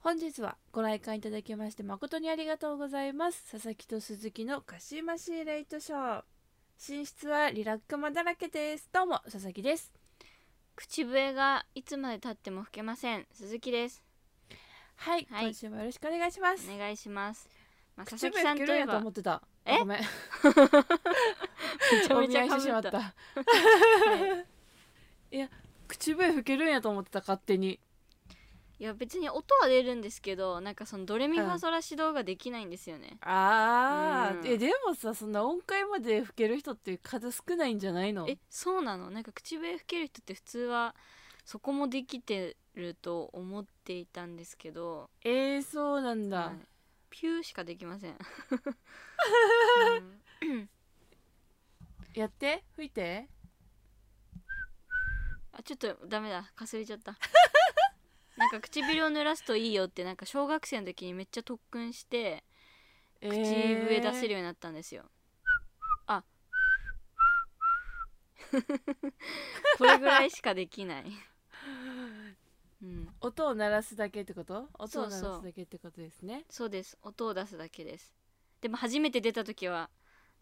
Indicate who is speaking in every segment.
Speaker 1: 本日はご来館いただきまして誠にありがとうございます佐々木と鈴木のカシマシレイトショー寝室はリラックマだらけですどうも佐々木です
Speaker 2: 口笛がいつまで経っても吹けません鈴木です
Speaker 1: はい、
Speaker 2: はい
Speaker 1: 今週もよろしくお願いします
Speaker 2: お願いしますまあ、佐
Speaker 1: 口笛
Speaker 2: 々木さ
Speaker 1: 吹
Speaker 2: んと
Speaker 1: けるん
Speaker 2: いえ
Speaker 1: やと
Speaker 2: ば
Speaker 1: 思
Speaker 2: め
Speaker 1: ってた
Speaker 2: え
Speaker 1: ごめん
Speaker 2: ちゃめちゃ
Speaker 1: お見合い
Speaker 2: か
Speaker 1: してしま
Speaker 2: ぶ
Speaker 1: っ
Speaker 2: った
Speaker 1: たいや口笛吹けるんやと思ってた勝手に
Speaker 2: いや別に音は出るんですけどなんかそのドレミファソラシドができないんですよね、
Speaker 1: あー、
Speaker 2: うん
Speaker 1: えでもさそんな音階まで吹ける人って数少ないんじゃないの
Speaker 2: えそうなのなんか口笛吹ける人って普通はそこもできてると思っていたんですけど、
Speaker 1: えー、そうなんだ、
Speaker 2: はいピューしかでき ません、うん
Speaker 1: やって吹いて
Speaker 2: あちょっとダメだかすれちゃった なんか唇を濡らすといいよってなんか小学生の時にめっちゃ特訓して
Speaker 1: 口
Speaker 2: 口笛出せるようになったんですよ、あ これぐらいしかできない、うん、
Speaker 1: 音を鳴らすだけってこと音
Speaker 2: そ
Speaker 1: を
Speaker 2: う
Speaker 1: 鳴
Speaker 2: そう
Speaker 1: らすだけってことですね
Speaker 2: そうです音を出すだけですでも初めて出た時は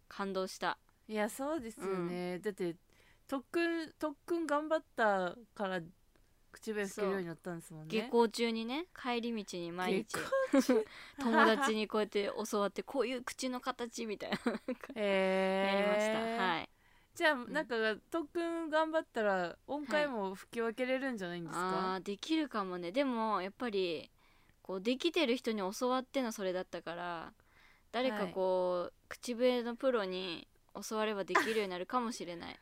Speaker 2: 感動した
Speaker 1: いやそうですよね、だって特訓特訓頑張ったから口笛吹けるようになったんですもん
Speaker 2: 下
Speaker 1: ね
Speaker 2: 校中にね帰り道に毎日
Speaker 1: 下
Speaker 2: 友 達にこうやって教わってこういう口の形みたいななんかやりました、
Speaker 1: えー、
Speaker 2: はいい
Speaker 1: じゃあなんか特訓頑張ったら音階も吹き分けれるんじゃないんですか、
Speaker 2: あーできるかもねでもやっぱりこうできてる人に教わってのそれだったから誰かこう、口笛のプロに教わればできるようになるかもしれない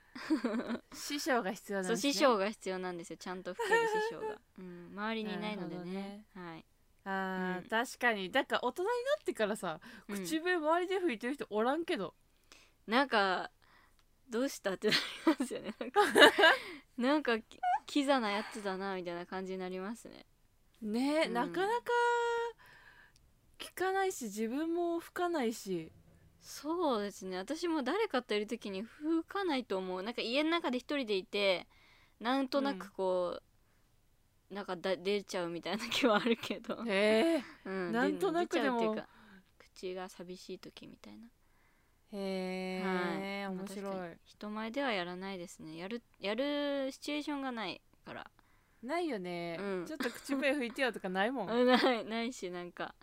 Speaker 1: 師匠が必要なん
Speaker 2: そう
Speaker 1: ですね
Speaker 2: 師匠が必要なんですよちゃんと吹ける師匠 が、うん、周りにいないので
Speaker 1: なるほ
Speaker 2: ね
Speaker 1: どね
Speaker 2: はい、
Speaker 1: あー、
Speaker 2: うん
Speaker 1: 確かにだから大人になってからさ
Speaker 2: うん
Speaker 1: 口笛周りで吹いてる人おらんけど、
Speaker 2: なんかどうしたってなりますよ ねなんかなんかきキザなやつだなみたいな感じになりますね
Speaker 1: ね、
Speaker 2: うん
Speaker 1: なかなか聞かないし自分も吹かないし
Speaker 2: そうですね私も誰かといる時に吹かないと思うなんか家の中で一人でいてなんとなくこう、なんかだ出ちゃうみたいな気はあるけど、
Speaker 1: へ
Speaker 2: うん、
Speaker 1: なんとなくでも
Speaker 2: 出ちゃうっていうか口が寂しい時みたいな
Speaker 1: えへえ、
Speaker 2: はい
Speaker 1: 面白い、
Speaker 2: まあ確かに人前ではやらないですねやるやるシチュエーションがないから、
Speaker 1: ないよね、
Speaker 2: うん
Speaker 1: ちょっと口笛吹いてよとかないもん ちょ
Speaker 2: うん ないないしなんか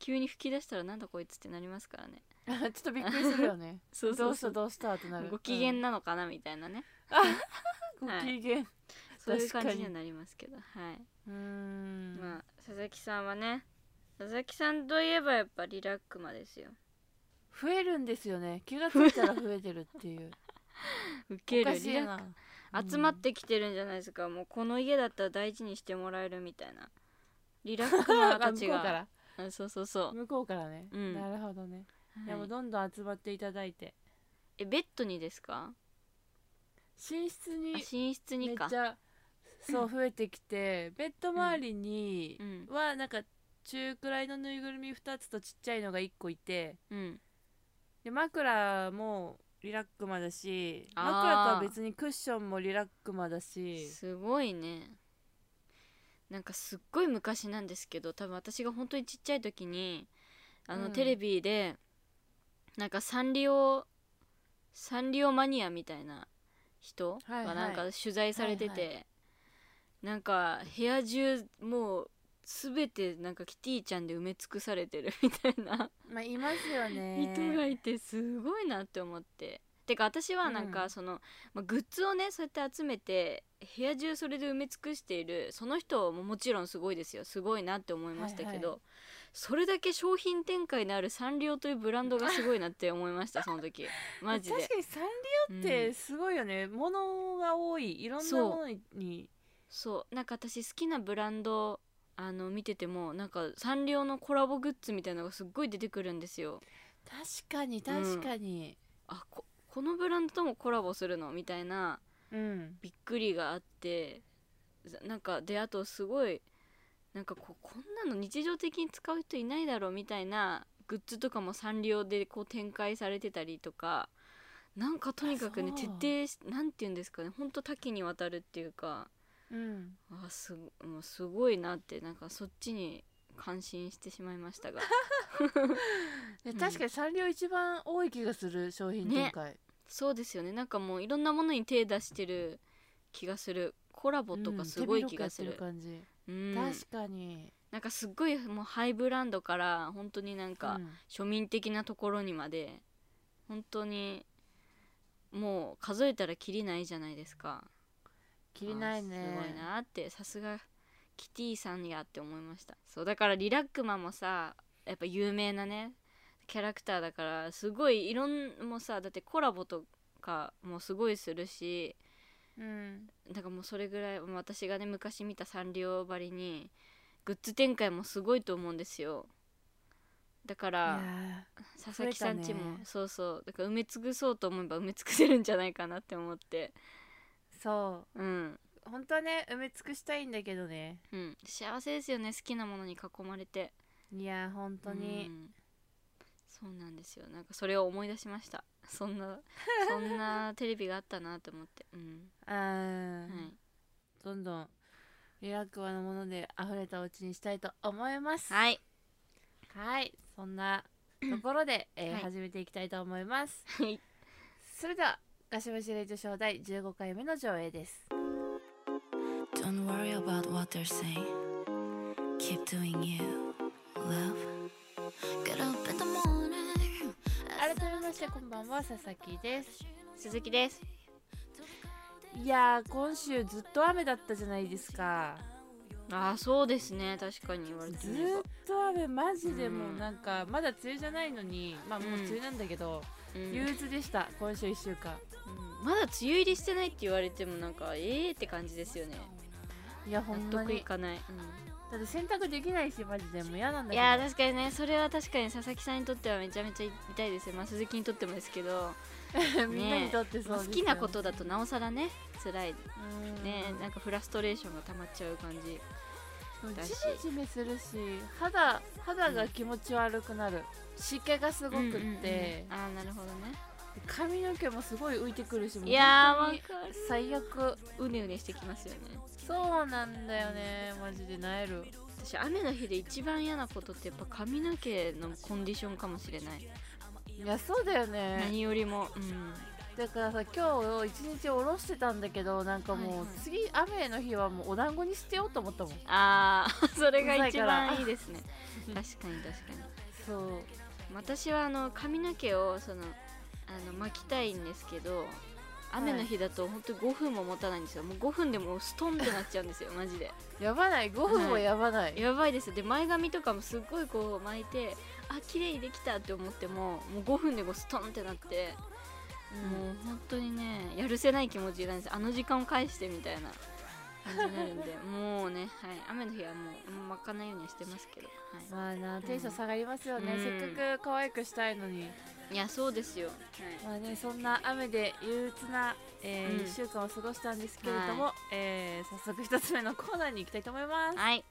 Speaker 2: 急に吹き出したらなんだこいつってなりますからね
Speaker 1: っとびっくりするよね
Speaker 2: そうそうそう
Speaker 1: どうしたどうしたってなる
Speaker 2: ご機嫌
Speaker 1: うん
Speaker 2: なのかなみたいなね、
Speaker 1: ご
Speaker 2: はい
Speaker 1: 機嫌、
Speaker 2: そういう感
Speaker 1: 確
Speaker 2: じ
Speaker 1: かに
Speaker 2: にはなりますけどはい。
Speaker 1: うーん
Speaker 2: まあ佐々木さんはね佐々木さんといえばやっぱリラックマですよ
Speaker 1: 増えるんですよね気がついたら増えてるっていう
Speaker 2: 受け
Speaker 1: お
Speaker 2: る
Speaker 1: かし
Speaker 2: リ
Speaker 1: い
Speaker 2: ラッ
Speaker 1: な
Speaker 2: ク集まってきてるんじゃないですか、もうこの家だったら大事にしてもらえるみたいなリラック
Speaker 1: うん
Speaker 2: マ
Speaker 1: あ
Speaker 2: た
Speaker 1: 向
Speaker 2: ち
Speaker 1: こうか
Speaker 2: が
Speaker 1: ら
Speaker 2: うんそうそうそう、
Speaker 1: 向こうからね、
Speaker 2: うん
Speaker 1: なるほどね、いやも
Speaker 2: は
Speaker 1: う
Speaker 2: い
Speaker 1: どんどん集まっていただいて
Speaker 2: えベッドにですか
Speaker 1: 寝室に
Speaker 2: あ寝室
Speaker 1: め
Speaker 2: に
Speaker 1: っ
Speaker 2: か
Speaker 1: ちゃそう増えてきてベッド周りに
Speaker 2: うん
Speaker 1: はなんか中くらいのぬいぐるみ2つとちっちゃいのが1個いて
Speaker 2: うん
Speaker 1: で枕もリラックマだし
Speaker 2: あー
Speaker 1: 枕とは別にクッションもリラックマだし
Speaker 2: すごいねなんかすっごい昔なんですけど多分私が本当にちっちゃい時にあの、
Speaker 1: うん
Speaker 2: テレビでなんかサンリオサンリオマニアみたいな人
Speaker 1: は
Speaker 2: が
Speaker 1: いはい
Speaker 2: なんか取材されてて、
Speaker 1: は
Speaker 2: なんか部屋中もう全てなんかキティちゃんで埋め尽くされてるみたいな
Speaker 1: まあいますよね
Speaker 2: 人がいてすごいなって思って。てか私はなん
Speaker 1: う
Speaker 2: か
Speaker 1: ん
Speaker 2: その、まあグッズをねそうやって集めて部屋中それで埋め尽くしているその人ももちろんすごいですよすごいなって思いましたけど、
Speaker 1: はいは
Speaker 2: それだけ商品展開のあるサンリオというブランドがすごいなって思いましたそ の時マジで。
Speaker 1: 確かにサンリオっ
Speaker 2: う
Speaker 1: て
Speaker 2: ん
Speaker 1: すごいよね、物が多いいろんな
Speaker 2: そう
Speaker 1: ものにに
Speaker 2: そうなんか私好きなブランドあの見ててもなんかサンリオのコラボグッズみたいなのがすっごい出てくるんですよ。
Speaker 1: 確かに確かに
Speaker 2: あここのブランドともコラボするのみたいな
Speaker 1: うん、
Speaker 2: びっくりがあってざなんかであとすごいなんかこうこんなの日常的に使う人いないだろうみたいなグッズとかもサンリオでこう展開されてたりとかなんかとにかくね
Speaker 1: あ
Speaker 2: 徹
Speaker 1: そう
Speaker 2: 底しなんて言うんですかねほんと多岐にわたるっていうか
Speaker 1: うん
Speaker 2: あすもうすごいなってなんかそっちに感心してしまいましたが
Speaker 1: で
Speaker 2: うん
Speaker 1: 確かにサンリオ一番多い気がする商品展開、
Speaker 2: そうですよねなんかもういろんなものに手出してる気がするコラボと
Speaker 1: う
Speaker 2: か
Speaker 1: ん
Speaker 2: すごい
Speaker 1: 手広
Speaker 2: 気
Speaker 1: くや
Speaker 2: が
Speaker 1: っ
Speaker 2: す
Speaker 1: てる
Speaker 2: る,、
Speaker 1: 感じ、
Speaker 2: うん、
Speaker 1: 確かに
Speaker 2: なんかすっごいもうハイブランドから本当になんか
Speaker 1: うん
Speaker 2: 庶民的なところにまで本当にもう数えたらきりないじゃないですか
Speaker 1: 切りないね
Speaker 2: あーすごいなってさすがキティさんやって思いましたそうだからリラックマもさやっぱ有名なねキャラクターだからすごいいろんもうさだってコラボとかもすごいするし
Speaker 1: うん
Speaker 2: だからもうそれぐらいもう私がね昔見たサンリオばりにグッズ展開もすごいと思うんですよだか
Speaker 1: い
Speaker 2: ら
Speaker 1: や
Speaker 2: 佐々木さんち
Speaker 1: 増え
Speaker 2: も
Speaker 1: たね
Speaker 2: そうそうだから埋め尽くそうと思えば埋 め尽くせるんじゃないかなって思って
Speaker 1: ーそ
Speaker 2: うん
Speaker 1: う本当はね埋め尽くしたいんだけどね
Speaker 2: うん幸せですよね好きなものに囲まれて
Speaker 1: いやー本当に、
Speaker 2: うんそうなんですよなんかそれを思い出しました そんなそんなテレビがあったなと思ってうん
Speaker 1: あー
Speaker 2: はい
Speaker 1: どんどんリラックマのもので溢れたお家にしたいと思います
Speaker 2: はい
Speaker 1: はいそんなところで、えー
Speaker 2: はい
Speaker 1: 始めていきたいと思います
Speaker 2: はい
Speaker 1: それではガシマシレイトショー第15回目の上映です
Speaker 3: Don't worry about what they're saying. Keep doing you, love. Get up in the morning.
Speaker 1: 改めましてこんばんは佐々木です
Speaker 2: 鈴木です
Speaker 1: いやー今週ずっと雨だったじゃないですか
Speaker 2: ああそうですね確かに言われて
Speaker 1: ず
Speaker 2: みれば
Speaker 1: ーっと雨マジでもううんなんかまだ梅雨じゃないのにまあもう梅雨なんだけど、
Speaker 2: うん
Speaker 1: 憂鬱でした今週1週間
Speaker 2: うんまだ梅雨入りしてないって言われてもなんかええって感じですよね
Speaker 1: いやほ
Speaker 2: 納
Speaker 1: んま
Speaker 2: 得い
Speaker 1: に
Speaker 2: かない、うん
Speaker 1: だって洗濯できないしマジでもう嫌なんだけど
Speaker 2: いやー確かにねそれは確かに佐々木さんにとってはめちゃめちゃ痛いですよ、まあ、鈴木にとってもですけど、
Speaker 1: みんなにとってそう
Speaker 2: まあ
Speaker 1: です
Speaker 2: 好
Speaker 1: よ
Speaker 2: きなことだとなおさらね辛い
Speaker 1: うん
Speaker 2: ね、なんかフラストレーションが溜まっちゃう感じ
Speaker 1: でもジメジメするし肌肌が気持ち悪くなる湿気がすごくって、
Speaker 2: うんうんうんああなるほどね
Speaker 1: 髪の毛もすごい浮いてくるしもう
Speaker 2: いやー
Speaker 1: 本
Speaker 2: わ
Speaker 1: 当
Speaker 2: か
Speaker 1: に
Speaker 2: る
Speaker 1: 最悪
Speaker 2: うねうねしてきますよね
Speaker 1: そうなんだよねマジでなえる
Speaker 2: 私雨の日で一番嫌なことってやっぱ髪の毛のコンディションかもしれない
Speaker 1: いやそうだよね
Speaker 2: 何よりもうん
Speaker 1: だからさ今日一日おろしてたんだけどなんかもう、
Speaker 2: はいはい
Speaker 1: 次雨の日はもうお団子にしてようと思ったもん
Speaker 2: ああ それが一
Speaker 1: うざいから
Speaker 2: 番いいですね
Speaker 1: うん
Speaker 2: 確かに確かに
Speaker 1: そう
Speaker 2: 私はあの髪の毛をそのあの巻きたいんですけど雨の日だと本当に5分も持たないんですよもう5分でもうストンってなっちゃうん ですよマジで
Speaker 1: やばない5分もやばない、
Speaker 2: やばいですで前髪とかもすっごいこう巻いてあ綺麗にできたって思ってももう5分でこうストンってなって、もう本当にねやるせない気持ちになんですあの時間を返してみた いな感じになるんでもうね、はい、雨の日はもうもう巻かないようにはしてますけど、は
Speaker 1: まあなテンション下がりますよね、
Speaker 2: うん
Speaker 1: せっかく可愛くしたいのに
Speaker 2: い、いやそうですよ、は
Speaker 1: まあね、そんな雨で憂鬱な、え
Speaker 2: うん
Speaker 1: 1週間を過ごしたんですけれども、えー早速1つ目のコーナーに行きたいと思います、
Speaker 2: い、はい、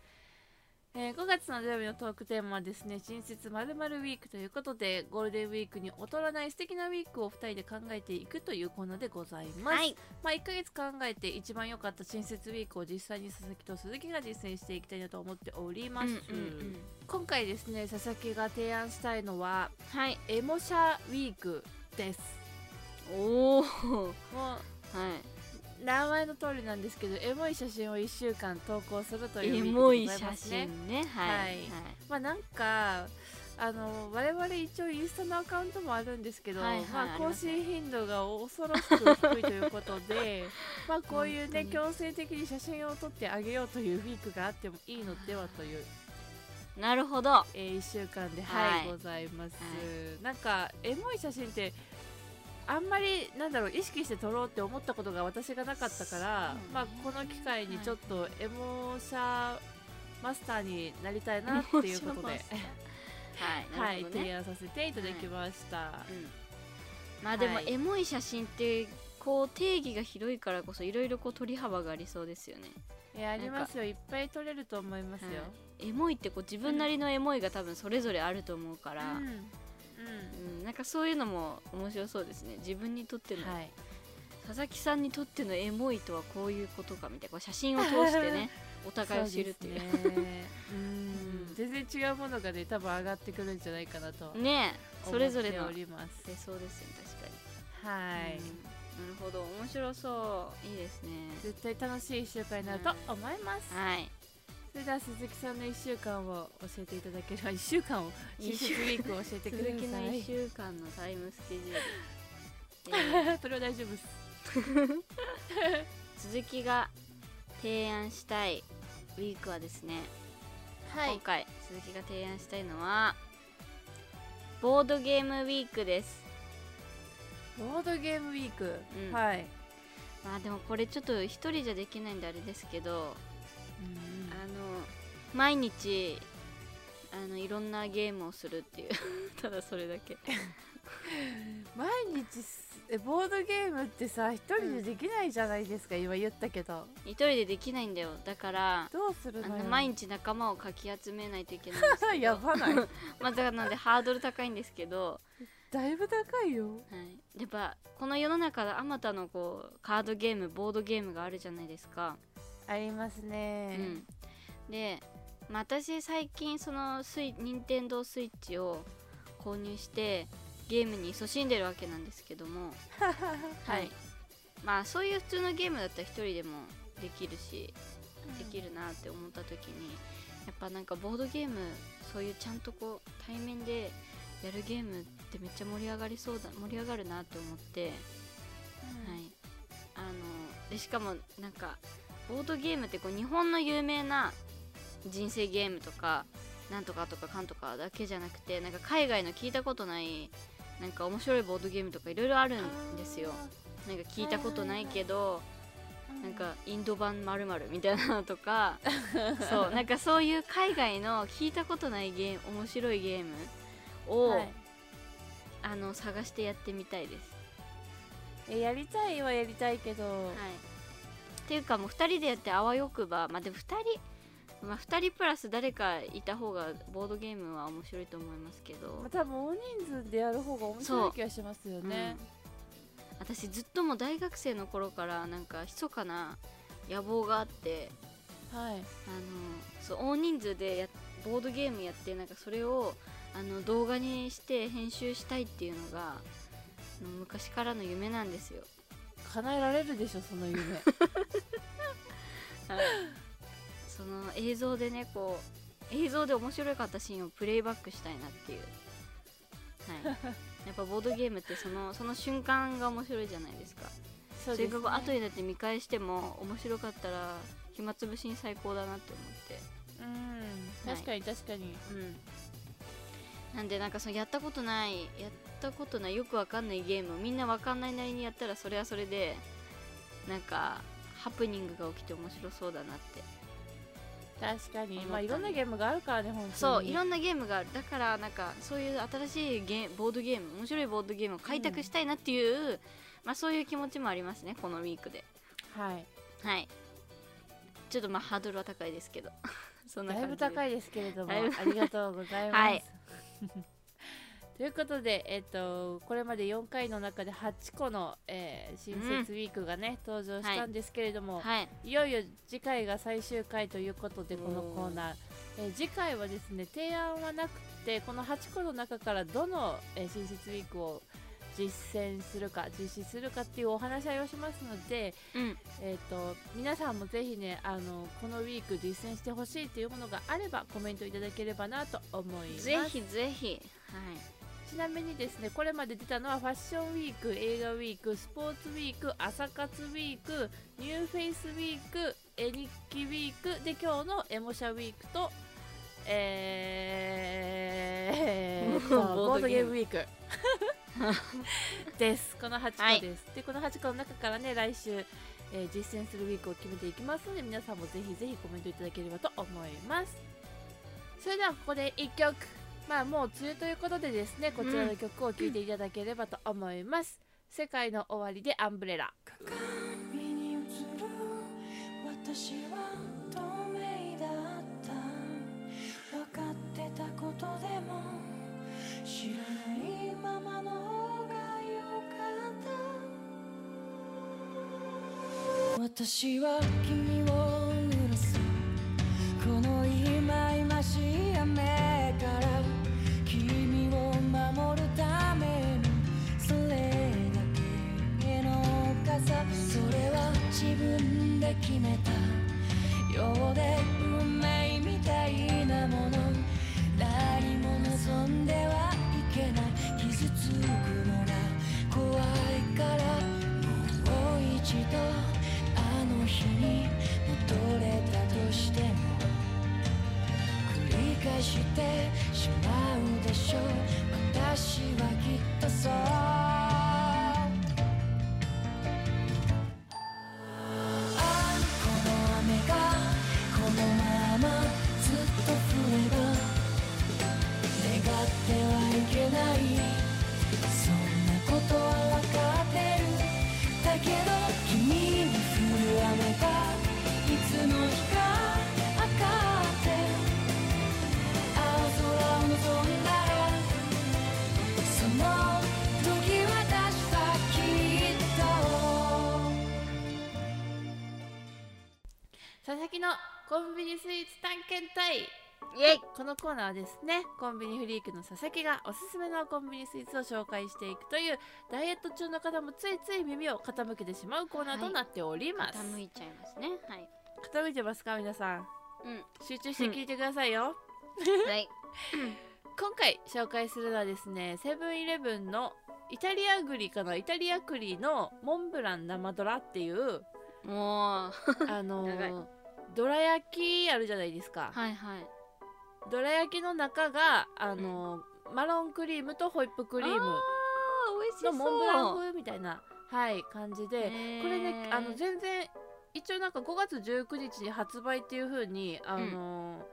Speaker 1: えー5月の土曜日のトークテーマはですね「新設まるウィーク」ということでゴールデンウィークに劣らない素敵なウィークを2人で考えていくというコーナーでございます、
Speaker 2: はい
Speaker 1: まあ、1ヶ月考えて一番良かった新設ウィークを実際に佐々木と鈴木が実践していきたいなと思っております、
Speaker 2: うんうんうん
Speaker 1: 今回ですね佐々木が提案したいのは
Speaker 2: はい
Speaker 1: エモシャウィークです
Speaker 2: おおは
Speaker 1: もう
Speaker 2: い
Speaker 1: 名前の通りなんですけどエモい写真を1週間投稿するというウィー
Speaker 2: エ
Speaker 1: クで
Speaker 2: モい
Speaker 1: ござ
Speaker 2: 写
Speaker 1: ますね
Speaker 2: 真ねはい
Speaker 1: はいまあなんかあの我々一応インスタのアカウントもあるんですけど、
Speaker 2: はいはい
Speaker 1: まあ、
Speaker 2: あり
Speaker 1: 更
Speaker 2: ますね
Speaker 1: 新頻度が恐ろしく低いということ でまあこういうね
Speaker 2: 本当
Speaker 1: 強制的に写真を撮ってあげようというウィークがあってもいいのではという、
Speaker 2: なるほどは
Speaker 1: え1週間ではい、
Speaker 2: はい
Speaker 1: ございます、
Speaker 2: は
Speaker 1: なんかエモい写真ってあんまりなんだろう意識して撮ろうって思ったことが私がなかったから、
Speaker 2: そう
Speaker 1: まあこの機会にちょっとエモシャマスターになりたいなっていうこと
Speaker 2: エモシャマ
Speaker 1: で
Speaker 2: ス。いな
Speaker 1: は
Speaker 2: る
Speaker 1: い、
Speaker 2: ほどね、
Speaker 1: 提案させていただきました。
Speaker 2: うん、まあでも、
Speaker 1: はい
Speaker 2: エモい写真ってこう定義が広いからこそいろいろこう取り幅がありそうですよね
Speaker 1: えありますよ、いっぱい取れると思いますよ。
Speaker 2: エモいってこう自分なりのエモいが多分それぞれあると思うから、
Speaker 1: う
Speaker 2: うんんなんかそういうのも面白そうですね自分にとって
Speaker 1: うん
Speaker 2: の、
Speaker 1: はい、
Speaker 2: 佐々木さんにとってのエモいとはこう いうことかみたいなこう写真を通してねお互いを知るっていう
Speaker 1: そうですねう
Speaker 2: うんん
Speaker 1: で全然違うものがね多分上がってくるんじゃないかなとは思
Speaker 2: ねえそれぞれ
Speaker 1: って
Speaker 2: の
Speaker 1: おります
Speaker 2: 出そうですよ確かに
Speaker 1: はい、
Speaker 2: うんなるほど面白そういいですね
Speaker 1: 絶対楽しい1週間になると思います、
Speaker 2: はい
Speaker 1: それでは鈴木さんの1週間を教えていただければ1週間を新卒ウィークを教えてく
Speaker 2: 続
Speaker 1: ださ
Speaker 2: きの1
Speaker 1: い
Speaker 2: 週間のタイムスケジュール、え ー
Speaker 1: それは大丈夫です
Speaker 2: 続きが提案したいウィークはですね、今回鈴木が提案したいのはボードゲームウィークです
Speaker 1: ボードゲームウィーク、
Speaker 2: うん
Speaker 1: はい、
Speaker 2: まあでもこれちょっと1人じゃできないんであれですけどあの毎日あのいろんなゲームをするっていう ただそれだけ
Speaker 1: 毎日すえボードゲームってさ一人でできないじゃないですか、今言ったけど
Speaker 2: 1人でできないんだよだから
Speaker 1: どうする
Speaker 2: あ
Speaker 1: の
Speaker 2: の
Speaker 1: よ
Speaker 2: 毎日仲間をかき集めないといけないんですけ ど
Speaker 1: やば ない
Speaker 2: まあだからなのでハードル高いんですけど、
Speaker 1: だいぶ高いよ
Speaker 2: はい、やっぱこの世の中あまたのこうカードゲームボードゲームがあるじゃないですか、
Speaker 1: ありますね
Speaker 2: うん、で、まあ、私最近そのスイ任天堂スイッチを購入してゲームに勤しんでるわけなんですけども、
Speaker 1: は
Speaker 2: は いい、まあそういう普通のゲームだったら一人でもできるしできるなって思った時にやっぱなんかボードゲームそういうちゃんとこう対面でやるゲームってめっちゃ盛り上がりそうだ盛り上がるなって思って、はいあのでしかもなんかボードゲームってこう日本の有名な人生ゲームとかなんとかとかかんとかだけじゃなくてなんか海外の聞いたことないなんか面白いボードゲームとかいろいろあるんですよなんか聞いたことないけど、なんかインド版まるみたいなの とかそうなんかそういう海外の聞いたことないゲーム面白いゲームを、
Speaker 1: はい
Speaker 2: あの探してやってみたいです。
Speaker 1: えやりたいはやりたいけど、
Speaker 2: はい、っていうかもう2人でやってあわよくばまあでも2人、まあ、2人プラス誰かいた方がボードゲームは面白いと思いますけど
Speaker 1: まあ、、多分大人数でやる方が面白い気がしますよね
Speaker 2: うん私ずっともう大学生の頃からなんか密かな野望があって。
Speaker 1: はい
Speaker 2: あのそう大人数でやボードゲームやってなんかそれをあの動画にして編集したいっていうのがあの昔からの夢なんですよ。
Speaker 1: 叶えられるでしょその夢
Speaker 2: その映像でねこう映像で面白かったシーンをプレイバックしたいなっていう、 はい、やっぱボードゲームってそのその瞬間が面白いじゃないですか
Speaker 1: そ
Speaker 2: それがこう後
Speaker 1: う
Speaker 2: になって見返しても面白かったら暇つぶしに最高だなって思って
Speaker 1: ん確かに確かに、
Speaker 2: うん、なんでなんかそのやったことないやったことないよくわかんないゲームをみんなわかんないなりにやったらそれはそれでなんかハプニングが起きて面白そうだなって
Speaker 1: 確かに
Speaker 2: 思ったね
Speaker 1: まあいろんなゲームがあるからね本当に
Speaker 2: そういろ
Speaker 1: ん
Speaker 2: んなゲームがあるだからなんかそういう新しいゲーボードゲーム面白いボードゲームを開拓したいなっていう、まあ、そういう気持ちもありますねこのウィークで
Speaker 1: はい
Speaker 2: はいちょっとまあハードルは高いですけど そんな
Speaker 1: だい
Speaker 2: 感
Speaker 1: ぶ
Speaker 2: じ
Speaker 1: 高
Speaker 2: い
Speaker 1: いですけれども
Speaker 2: だいぶ
Speaker 1: ありがとうございます、
Speaker 2: はい
Speaker 1: ということで、えっとこれまで4回の中で8個の、えー新設ウィークがね、登場したんですけれども、
Speaker 2: はい
Speaker 1: いよいよ次回が最終回ということでこのコーナー、えー次回はですね提案はなくてこの8個の中からどの、えー新設ウィークを実践するか実施するかっていうお話し合いをしますので、
Speaker 2: うん
Speaker 1: えー、と皆さんもぜひねあのこのウィーク実践してほしいというものがあればコメントいただければなと思います
Speaker 2: ぜひぜひはい
Speaker 1: ちなみにですねこれまで出たのはファッションウィーク映画ウィークスポーツウィーク朝活ウィークニューフェイスウィーク絵日記ウィークで今日のエモシャウィークとえ ーそうボー
Speaker 2: ボー
Speaker 1: ド
Speaker 2: ド
Speaker 1: ゲ
Speaker 2: ゲ
Speaker 1: ー
Speaker 2: ー
Speaker 1: ム
Speaker 2: ム
Speaker 1: ウィー クですこの8
Speaker 2: は
Speaker 1: 個
Speaker 2: い
Speaker 1: です、でこの8個の中からね来週、えー実践するウィークを決めていきますので皆さんもぜひぜひコメントいただければと思いますそれではここで1曲まあもう梅雨ということでですねこちらの曲を聴いていただければと思います、世界の終わりでアンブレラ
Speaker 4: 鏡に映る私は透明だった分かってたことでも知らないままの方がよかった私は君を濡らすこの今ましい雨決めたようで運命みたいなもの何も望んではいけない傷つくのが怖いからもう一度あの日に戻れたとしても繰り返してしまうでしょう私はきっとそう「この雨がこのままずっと降れば」「願ってはいけない」「そんなことはわかってる」「だけど君に降る雨がいつの日か赤って」「青空を望んだら」「その時私はきっと」
Speaker 1: 佐々木のコンビニスイーツ探検隊
Speaker 2: イエイ
Speaker 1: このコーナーはですねコンビニフリークの佐々木がおすすめのコンビニスイーツを紹介していくというダイエット中の方もついつい耳を傾けてしまうコーナーとなっております、
Speaker 2: 傾いちゃいますねはい
Speaker 1: 傾いてますか皆さん
Speaker 2: う
Speaker 1: 集中して聞いてくださいよ、
Speaker 2: んはい
Speaker 1: 今回紹介するのはですねセブンイレブンのイタリア栗かなイタリア栗のモンブラン生ドラっていう
Speaker 2: もう
Speaker 1: あの
Speaker 2: 長い
Speaker 1: ーどら焼きあるじゃないですか、
Speaker 2: はいはい
Speaker 1: どら焼きの中があのーマロンクリームとホイップクリーム
Speaker 2: あー美味しそ
Speaker 1: の
Speaker 2: う
Speaker 1: モンブラン風みたいなはい感じで、
Speaker 2: へー
Speaker 1: これねあの全然一応なんか5月19日に発売っていう風にあのー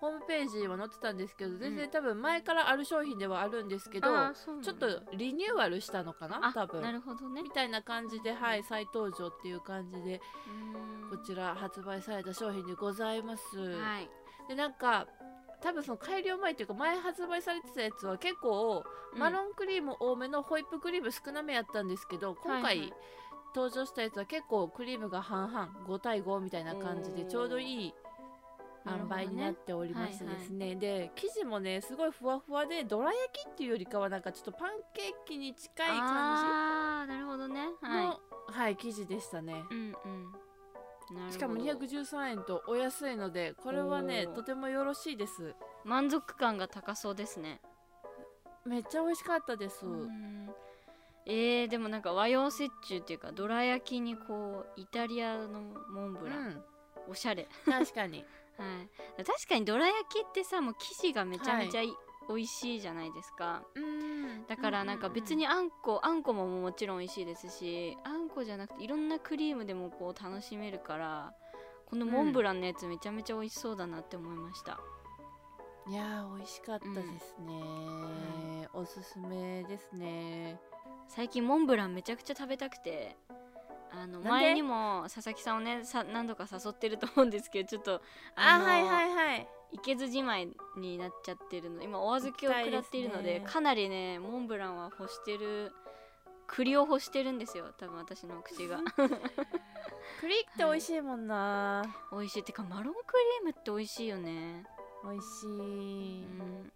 Speaker 1: ホームページには載ってたんですけど全
Speaker 2: う
Speaker 1: 然
Speaker 2: ん
Speaker 1: 多分前からある商品ではあるんですけど、
Speaker 2: あーそうなん
Speaker 1: ち
Speaker 2: だ
Speaker 1: ょっとリニューアルしたのかな
Speaker 2: あ
Speaker 1: 多分
Speaker 2: なるほどね
Speaker 1: みたいな感じではい再登場っていう感じで
Speaker 2: うーん
Speaker 1: こちら発売された商品でございます、
Speaker 2: はい
Speaker 1: でなんか多分その改良前というか前発売されてたやつは結構マロンクリーム多めのホイップクリーム少なめやったんですけど今
Speaker 2: はいは
Speaker 1: 回
Speaker 2: い
Speaker 1: 登場したやつは結構クリームが半々5対5みたいな感じで
Speaker 2: おー
Speaker 1: ちょうどいい塩
Speaker 2: なるほどね
Speaker 1: 梅になっておりましてですねで生地もねすごいふわふわでどら焼きっていうよりかはなんかちょっとパンケーキに近い感
Speaker 2: ああーなるほどね
Speaker 1: じ
Speaker 2: はい
Speaker 1: のはい、生地でしたね
Speaker 2: うんうんなるほど
Speaker 1: しかも213円とお安いのでこれはね
Speaker 2: おー
Speaker 1: とてもよろしいです
Speaker 2: 満足感が高そうですね
Speaker 1: めっちゃ美味しかったです、
Speaker 2: んえー、でもなんか和洋折衷っていうかどら焼きにこうイタリアのモンブラン、
Speaker 1: うん
Speaker 2: おしゃれ、
Speaker 1: 確か に
Speaker 2: はい、確かにどら焼きってさもう生地がめちゃめちゃい、美味しいじゃないですか
Speaker 1: うん
Speaker 2: だからなんか別にあんこあんこももちろん美味しいですしあんこじゃなくていろんなクリームでもこう楽しめるからこのモンブランのやつめちゃめちゃ美味しそうだなって思いました、
Speaker 1: いやー美味しかったですね、おすすめですね
Speaker 2: 最近モンブランめちゃくちゃ食べたくてあ
Speaker 1: な
Speaker 2: の
Speaker 1: んで
Speaker 2: 前にも佐々木さんをねさ何度か誘ってると思うんですけどちょっと
Speaker 1: あ
Speaker 2: の
Speaker 1: はいはいはい
Speaker 2: けずじまいになっちゃってるの今お預けを食らっているの
Speaker 1: 行きた
Speaker 2: で
Speaker 1: いですね
Speaker 2: かなりねモンブランは欲してる栗を欲してるんですよ多分私の口 が
Speaker 1: 栗って美味しいもんな、
Speaker 2: 美味しいてかマロンクリームって美味しいよね
Speaker 1: 美味し
Speaker 2: う
Speaker 1: い、
Speaker 2: ん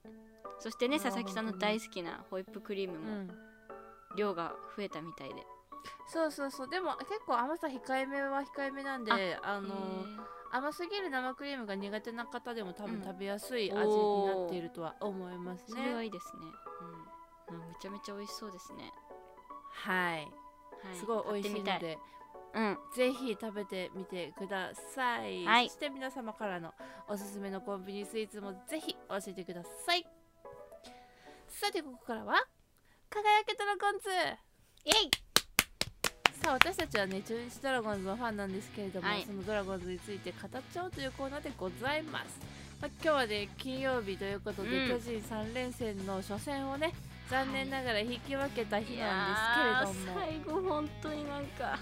Speaker 2: そしてね
Speaker 1: いや
Speaker 2: 佐々木さんの
Speaker 1: 本当に
Speaker 2: 大好きなホイップクリーム
Speaker 1: う
Speaker 2: も
Speaker 1: ん
Speaker 2: 量が増えたみたいで、
Speaker 1: そうそうそうでも結構甘さ控えめは控えめなんであ
Speaker 2: あ
Speaker 1: の
Speaker 2: ー
Speaker 1: 甘すぎる生クリームが苦手な方でも多
Speaker 2: うん
Speaker 1: 分食べやすい味に
Speaker 2: おー
Speaker 1: なっているとは思います
Speaker 2: そ
Speaker 1: ね、
Speaker 2: れはいいですね。うん。あめちゃめちゃ美味しそうですね。
Speaker 1: はい
Speaker 2: はい。
Speaker 1: すごい美味しいの
Speaker 2: 買ってみ
Speaker 1: で
Speaker 2: たい。うん。
Speaker 1: ぜひ食べてみてください、
Speaker 2: はい
Speaker 1: そして皆様からのおすすめのコンビニスイーツもぜひ教えてくださいさてここからは輝けドラゴンズ
Speaker 2: イエイ。
Speaker 1: さあ私たちはね中日ドラゴンズのファンなんですけれども、
Speaker 2: はい
Speaker 1: そのドラゴンズについて語っちゃおうというコーナーでございます、まあ、今日はね金曜日ということで、
Speaker 2: うん
Speaker 1: 巨人3連戦の初戦をね残念ながら引き分けた日
Speaker 2: い
Speaker 1: な
Speaker 2: や
Speaker 1: んですけれども
Speaker 2: ー最後本当になんかうわ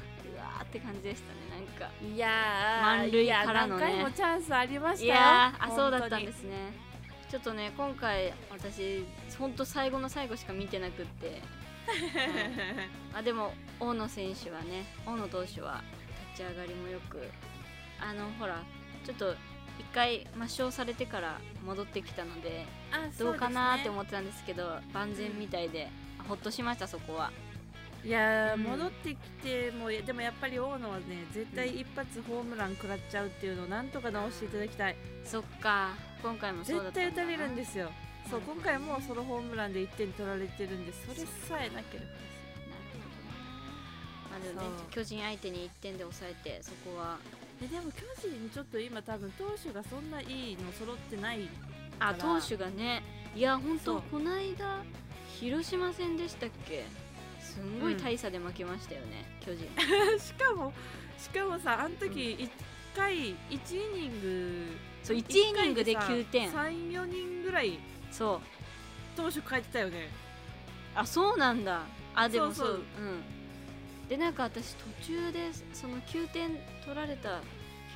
Speaker 2: ーって感じでしたね。なんか。
Speaker 1: いやー
Speaker 2: 満塁からの
Speaker 1: い
Speaker 2: ね
Speaker 1: や何回もチャンスありました
Speaker 2: い
Speaker 1: よ
Speaker 2: やーあそうだっ
Speaker 1: 本
Speaker 2: た
Speaker 1: 当
Speaker 2: ん
Speaker 1: に
Speaker 2: ですね。ちょっとね今回私本当最後の最後しか見てな くって。はいあでも大野選手はね大野投手は立ち上がりもよくあのほらちょっと一回抹消されてから戻ってきたので
Speaker 1: あ
Speaker 2: どうかなーって
Speaker 1: っ
Speaker 2: 思ってたんですけど万全みたいで、ほっとしましたそこは
Speaker 1: いやー、
Speaker 2: うん
Speaker 1: 戻ってきてもでもやっぱり大野はね絶対一発ホームラン食らっちゃうっていうのをなんとか直していただきたい
Speaker 2: そっか今回もそ
Speaker 1: 絶
Speaker 2: うだった
Speaker 1: 対打たれるんですすよそう
Speaker 2: うん
Speaker 1: 今回もソロホームランで1点取られてるんでそれさえなければです
Speaker 2: なるほどまあでもね
Speaker 1: そう
Speaker 2: 巨人相手に1点で抑えてそこは
Speaker 1: えでも巨人ちょっと今多分投手がそんないいの揃ってない
Speaker 2: あ
Speaker 1: だから
Speaker 2: 投手がねいや本
Speaker 1: そ
Speaker 2: 当
Speaker 1: う
Speaker 2: この間広島戦でしたっけすんごい大差で負けましたよね、巨人
Speaker 1: しかもしかもさあの時1回1イニング
Speaker 2: そう1イニングで9点
Speaker 1: 34人ぐらい
Speaker 2: そう
Speaker 1: 投手変えてたよね
Speaker 2: あそうなんだあでもそう
Speaker 1: そうそう
Speaker 2: うんでなんか私途中でその9点取られた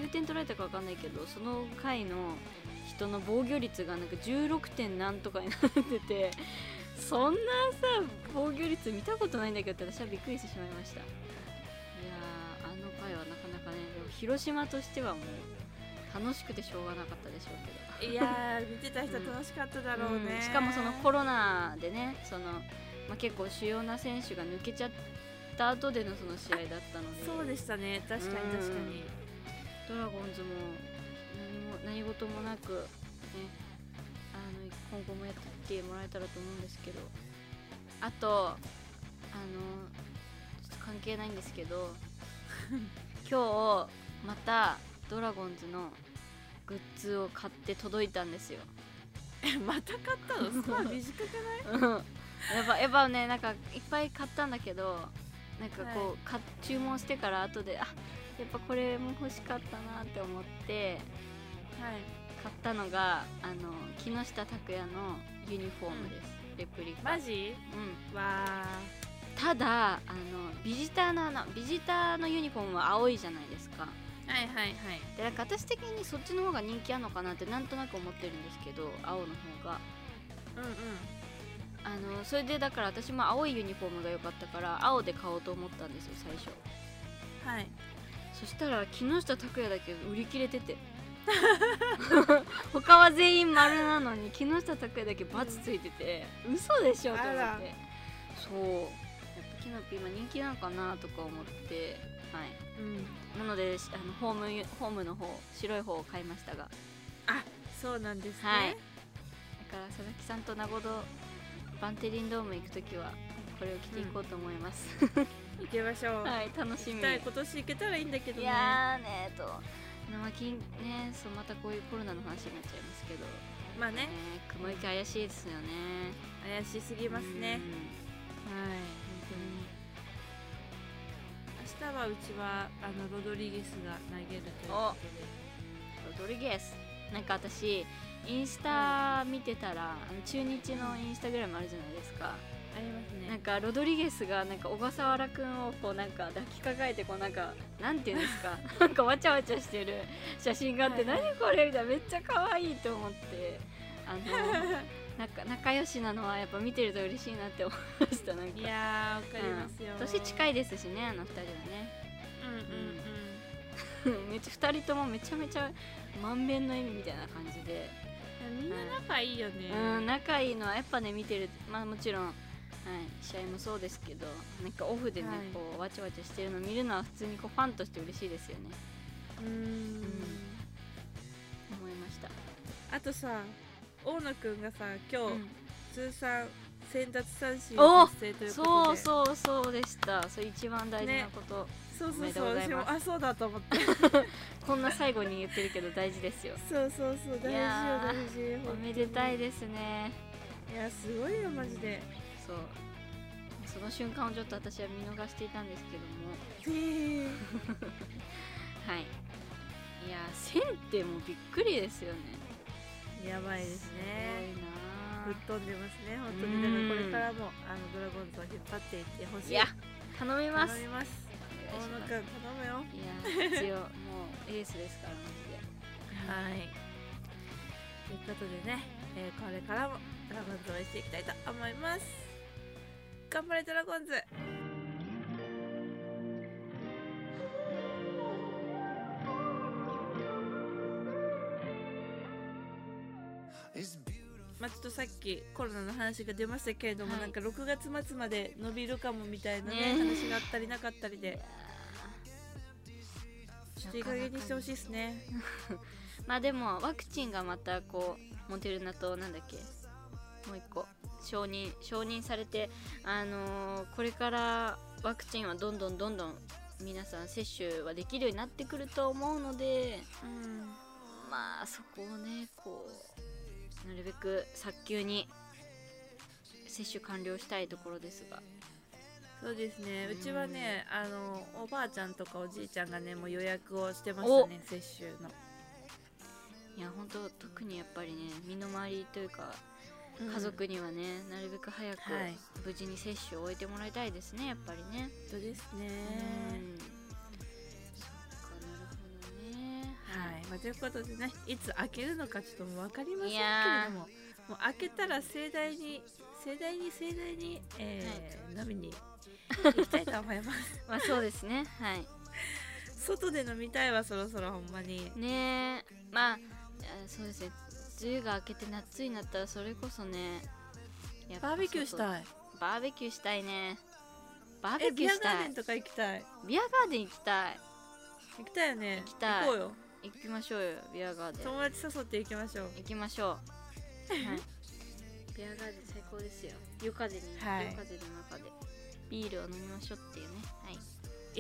Speaker 2: 9点取られたか分かんないけどその回の人の防御率がなんか16点なんとかになっててそんなさ防御率見たことないんだけどって私はびっくりしてしまいましたいやーあの回はなかなかねでも広島としてはもう楽しくてしょうがなかったでしょうけど
Speaker 1: いや ー見てた人楽しかっただろうね、
Speaker 2: うんしかもそのコロナでねその、まあ、結構主要な選手が抜けちゃった後でのその試合だったので
Speaker 1: そうでしたね確かに
Speaker 2: うん
Speaker 1: 確かに
Speaker 2: ドラゴンズも何も何事もなく、ね、あの今後もやっていってもらえたらと思うんですけどあとあのちょっと関係ないんですけ ど今日またドラゴンズのグッズを買って届いたんですよ。
Speaker 1: えまた買ったのスコア短くない
Speaker 2: うんやっぱやっぱねなんかいっぱい買ったんだけどなんかこう、か注文してから後であやっぱこれも欲しかったなって思って
Speaker 1: はい
Speaker 2: 買ったのがあの木下拓哉のユニフォームです、レプリカ、う
Speaker 1: マ
Speaker 2: ん、
Speaker 1: ジわ
Speaker 2: ただあのビジターのあのビジターのユニフォームは青いじゃないですか
Speaker 1: ーはいはいはい
Speaker 2: でなんか私的にそっちの方が人気あるのかなってなんとなく思ってるんですけど青の方が
Speaker 1: うんうん
Speaker 2: あのそれでだから私も青いユニフォームが良かったから青で買おうと思ったんですよ最初
Speaker 1: はい
Speaker 2: そしたら木下拓哉だけ売り切れてて他は全員丸なのに木下拓哉だけバツついてて、嘘でしょと思
Speaker 1: あ
Speaker 2: って
Speaker 1: ら
Speaker 2: そうやっぱキノピー今人気なのかなとか思ってはい
Speaker 1: うん
Speaker 2: なのでしあのホームユホームの方白い方を買いましたがはい
Speaker 1: あそうなんですね、
Speaker 2: だから佐々木さんと名護堂バンテリンドーム行く時はこれを着ていこうと思います、
Speaker 1: 行きましょう、
Speaker 2: はい楽し
Speaker 1: 行
Speaker 2: み
Speaker 1: きたい今年行けたらいいんだけど
Speaker 2: い
Speaker 1: ね
Speaker 2: やーねーと、まあ、金ねそうまたこういうコロナの話になっちゃいますけど、
Speaker 1: まあね
Speaker 2: ね、雲行き怪しいですよね。
Speaker 1: 怪しすぎますねはい明日はうちはあのロドリゲスが投げるという
Speaker 2: うんロドリゲス、なんか私、インスタ見てたら、あの中日のインスタグラムあるじゃないですか、
Speaker 1: ありますね
Speaker 2: なんかロドリゲスがなんか小笠原くんをこうなんか抱きかかえてこうなんかなんていうんで すかなんかわちゃわちゃしてる写真があって、
Speaker 1: はい
Speaker 2: 何これみたいなめっちゃ可愛いと思って あのなんか仲良しなのはやっぱ見てると嬉しいなって思いましたなんか
Speaker 1: いやーわかりますよ、
Speaker 2: うん年近
Speaker 1: い
Speaker 2: いですしねあの二人
Speaker 1: うんうん
Speaker 2: はね めっちゃ二人ともめちゃめちゃ満面の笑みみたいな感じで、
Speaker 1: うんみんな仲いいよね、
Speaker 2: うん仲いいのはやっぱね見てるまあもちろん、はい、試合もそうですけどなんかオフでね、
Speaker 1: はい
Speaker 2: こうわちゃわちゃしてるの見るのは普通にこうファンとして嬉しいですよね
Speaker 1: うーん
Speaker 2: 思いました、
Speaker 1: あとさ大野くんがさ今日、通算先奪三振
Speaker 2: お
Speaker 1: 達成ということ
Speaker 2: そう
Speaker 1: でう
Speaker 2: そうそうでしたそれ一番大事なこと、
Speaker 1: そう
Speaker 2: お
Speaker 1: そ
Speaker 2: め
Speaker 1: う
Speaker 2: でとうござい
Speaker 1: 私
Speaker 2: ま
Speaker 1: も
Speaker 2: す
Speaker 1: あそうだと 思って
Speaker 2: こんな最後に言ってるけど大事 ですよ
Speaker 1: そうそうそう大事
Speaker 2: い
Speaker 1: よ
Speaker 2: や
Speaker 1: 大
Speaker 2: ー
Speaker 1: 事
Speaker 2: おめでたい
Speaker 1: で
Speaker 2: ですね
Speaker 1: いやすごいよマジで
Speaker 2: そうその瞬間をちょっと私は見逃していたんですけどもはいいや1000ってもうびっくりですよね
Speaker 1: やばいですね
Speaker 2: す
Speaker 1: ぶ
Speaker 2: ごい
Speaker 1: っ
Speaker 2: な
Speaker 1: 飛んでますね本当
Speaker 2: う
Speaker 1: にだ
Speaker 2: ん
Speaker 1: からこれからもあのドラゴンズを引っ張っていってほしい
Speaker 2: いや頼みます
Speaker 1: 頼みます
Speaker 2: お
Speaker 1: 大野
Speaker 2: 願いし
Speaker 1: くん
Speaker 2: ます
Speaker 1: 頼むよ
Speaker 2: いや必要もうエースですからマジで
Speaker 1: はいということでね、えーこれからもドラゴンズを応援していきたいと思います頑張れドラゴンズまあ、ちょっとさっきコロナの話が出ましたけれども、
Speaker 2: はい
Speaker 1: なんか6月末まで伸びるかもみたいな、ね
Speaker 2: ね
Speaker 1: 話があったりなかったりでちょっといい加減にしてほしいですね
Speaker 2: まあでもワクチンがまたこうモデルナとなんだっけもう一個承認承認されてあのーこれからワクチンはどんどんどんどん皆さん接種はできるようになってくると思うので
Speaker 1: うん
Speaker 2: まあそこをねこうなるべく早急に接種完了したいところですが
Speaker 1: そうですねうちはねあのおばあちゃんとかおじいちゃんがねもう予約をしてましたね接種の、
Speaker 2: いや本当特にやっぱりね身の回りというか
Speaker 1: うん
Speaker 2: 家族にはね、なるべく早く
Speaker 1: はい
Speaker 2: 無事に接種を終えてもらいたいですねやっぱりね。
Speaker 1: そうですね
Speaker 2: うんそっかなるほどね
Speaker 1: はい、まあ、ということでねいつ開けるのかちょっともう分かりませんけ
Speaker 2: い
Speaker 1: れ
Speaker 2: やー
Speaker 1: どももう開けたら盛大に盛大に盛大に、えー飲みに行きたいと思います
Speaker 2: まあそうですねはい
Speaker 1: 外で飲みたいわそろそろほんまに
Speaker 2: ねえまああそうですね梅雨が明けて夏になったらそれこそねやっぱ
Speaker 1: バーベキューし
Speaker 2: 外
Speaker 1: たい
Speaker 2: バーベキューしたいねバー
Speaker 1: え
Speaker 2: ベキュ
Speaker 1: ビ
Speaker 2: ー
Speaker 1: ア
Speaker 2: し
Speaker 1: ガー
Speaker 2: た
Speaker 1: デ
Speaker 2: い
Speaker 1: ンとか行きたい
Speaker 2: ビアガーデン行きたい
Speaker 1: 行きたいよね
Speaker 2: 行きた
Speaker 1: 行
Speaker 2: い
Speaker 1: こうよ
Speaker 2: 行きましょうよビアガーデン
Speaker 1: 友達誘って行きましょう
Speaker 2: 行きましょう。はい。ビアガーデン最高ですよ。夜風に、
Speaker 1: はい
Speaker 2: 夜風の中でビールを飲みましょうっていうね。はい。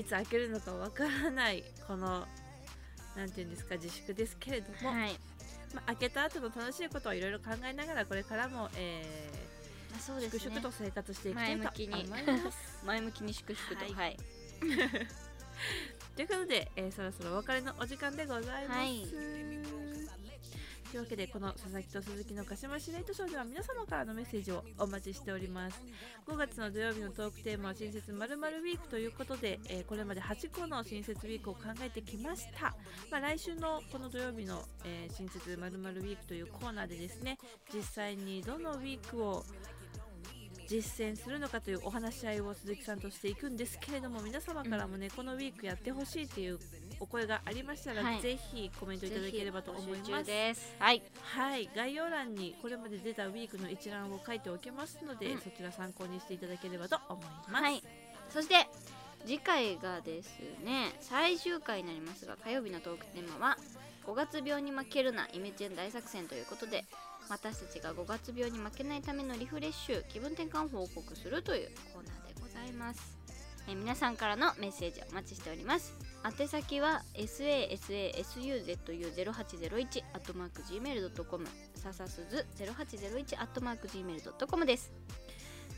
Speaker 1: いつ開けるのかわからないこのなんていうんですか自粛ですけれども、
Speaker 2: はい。
Speaker 1: まあ、開けた後の楽しいことをいろいろ考えながらこれからも、え
Speaker 2: まあ、そう
Speaker 1: ー
Speaker 2: です
Speaker 1: 粛
Speaker 2: ね
Speaker 1: 々。と生活していきたいと
Speaker 2: 前向きに
Speaker 1: 思います。
Speaker 2: 前向きに粛々と。
Speaker 1: はい
Speaker 2: はい。
Speaker 1: ということで、えーそろそろお別れのお時間でございます。
Speaker 2: はい
Speaker 1: というわけでこの佐々木と鈴木の鹿島市ライトショーでは皆様からのメッセージをお待ちしております5月の土曜日のトークテーマは新設まるウィークということで、えーこれまで8個の新設ウィークを考えてきました、まあ、来週のこの土曜日の、えー新設まるウィークというコーナーでですね実際にどのウィークを実践するのかというお話し合いを鈴木さんとしていくんですけれども皆様からもね、このウィークやってほしいというお声がありましたら、
Speaker 2: はい
Speaker 1: ぜひコメントいただければと思い
Speaker 2: 募集
Speaker 1: ま
Speaker 2: 中
Speaker 1: す
Speaker 2: です。はい。
Speaker 1: はい概要欄にこれまで出たウィークの一覧を書いておきますので、
Speaker 2: うん
Speaker 1: そちら参考にしていただければと思います、
Speaker 2: はい。そして次回がですね、最終回になりますが、火曜日のトークテーマは5月病に負けるなイメチェン大作戦ということで。私たちが5月病に負けないためのリフレッシュ気分転換を報告するというコーナーでございますえー皆さんからのメッセージお待ちしております宛先は sasasuzu0801 at mark gmail.com ささすず0801 at mark gmail.com です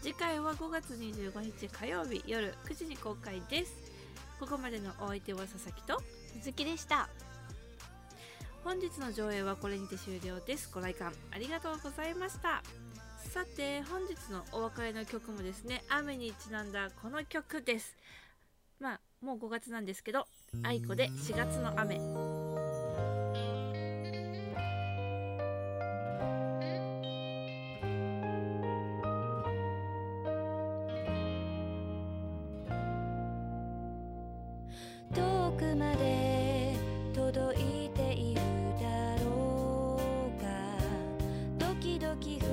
Speaker 1: 次回は5月25日火曜日夜9時に公開ですここまでのお相手は佐々木と
Speaker 2: 鈴木でした
Speaker 1: 本日の上映はこれにて終了ですご来館ありがとうございましたさて本日のお別れの曲もですね雨にちなんだこの曲ですまあもう5月なんですけど愛子で4月の雨
Speaker 4: 遠くまで届いているだろうかドキドキ震